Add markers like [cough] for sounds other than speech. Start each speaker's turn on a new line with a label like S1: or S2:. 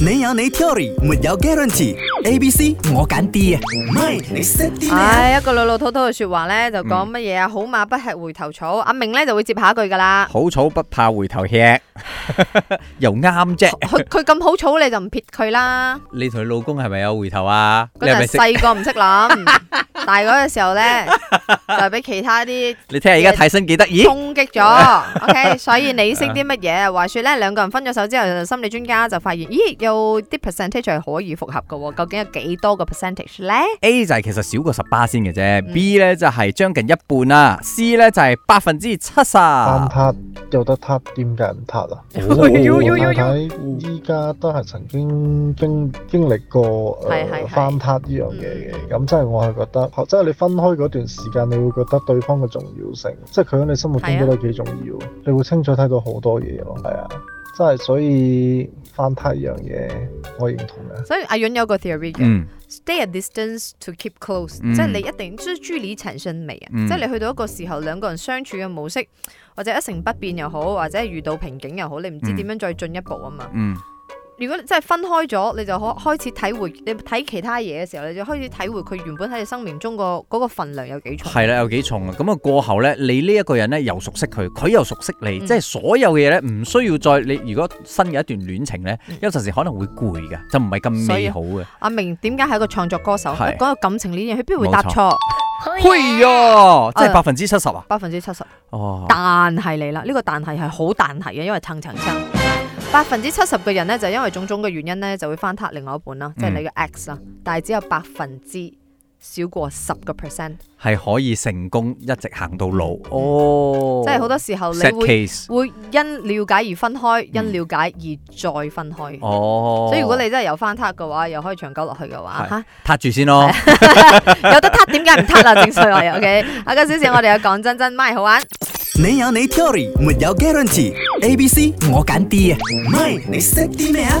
S1: 你有你 theory，沒有 guarantee。A、B、C 我揀 D 啊，唔係你識啲咩啊？
S2: 唉，一個老老土土嘅說話咧，就
S3: 嗯
S2: 講乜嘢啊？好馬不吃回頭草，阿明咧就會接下一句
S3: [laughs]
S2: 噶啦。
S3: 好草不怕回頭吃， [laughs] 又啱啫。
S2: 佢佢咁好草，你就唔撇佢啦。
S3: 你同你老公係咪有回頭啊？你
S2: 嗰
S3: 係咪
S2: 陣
S3: 識？
S2: 細個唔識諗，
S3: [laughs]
S2: 大個嘅時候咧就係俾其他啲
S3: 你睇下而家睇身幾得意。
S2: 衝
S3: [laughs]
S2: 擊咗。OK，所以你識啲乜嘢？話說咧，兩個人分咗手之後，心理專家就發現，咦，有啲 percentage 係可以複合嘅喎，究竟有幾多個 percentage 咧？
S3: A 就係其實少過十巴先嘅
S2: 嗯
S3: 啫，B 呢就係將近一半啦，C 呢就係百分之七十。
S2: 嗯
S4: 單撻有得撻，點解唔撻啊？ [laughs] 我
S2: 哦
S4: 太太依家都係曾經經經歷過
S2: 係
S4: 誒、
S2: 嗯係係
S4: 翻撻呢樣嘢嘅，咁即係我係覺得，哦即係你分開嗰段時間，你會覺得對方嘅重要性，即係佢喺你心目中
S2: 係啊
S4: 都得幾重要，你會清楚睇到好多嘢咯，係啊，即係所以翻撻呢樣嘢，我認同嘅。
S2: 所以阿潤有個 theory 嘅。
S3: 嗯
S2: stay a distance to keep close，、
S3: 嗯
S2: 即係你一定即係諸理陳信微啊！
S3: 嗯
S2: 即係你去到一個時候，兩個人相處嘅模式或者一成不變又好，或者係遇到瓶頸又好，你唔知
S3: 嗯
S2: 點樣再進一步啊嘛！
S3: 嗯，
S2: 如果你真係分開咗，你就可開始體會你睇其他嘢嘅時候，你就開始體會佢原本喺你生命中個嗰個份量有幾重。
S3: 係啦，有幾重啊？咁啊過後呢，你呢一個人呢又熟悉佢，佢又熟悉你，
S2: 嗯
S3: 即係所有嘅嘢呢，唔需要再你。如果新嘅一段戀情呢，
S2: 嗯
S3: 有陣時可能會攰嘅，就唔係咁美好嘅。
S2: 阿明點解係一個創作歌手？
S3: 係
S2: 講到感情呢樣，佢邊會答
S3: 冇
S2: 錯？啊
S3: 嘿呀，
S2: 哎
S3: 即係百分之七十啊！
S2: 百分之七十。
S3: 哦，
S2: 但係你啦，呢、個但係係好但係嘅，因為層層層。百分之七十嘅人呢，就因為種種嘅原因呢，就會翻撻另外一半啦，即係
S3: 嗯
S2: 你嘅 ex 啦。但係只有百分之少過十個 percent，
S3: 係可以成功一直行到老。哦，
S2: 嗯即係好多時候你
S3: set
S2: 會
S3: case。
S2: 會因了解而分開，因
S3: 嗯
S2: 了解而再分開。
S3: 哦，
S2: 所以如果你真係有翻撻嘅話，又可以長久落去嘅話，
S3: 係
S2: 嚇
S3: 撻住先咯。
S2: 有得撻點解唔撻啦？正所謂 OK。下個小時我哋有講真真，咪好玩。
S1: [laughs] 你有你 theory，沒有 guarantee。A、B、C 我揀 D 啊，唔係你識啲咩啊？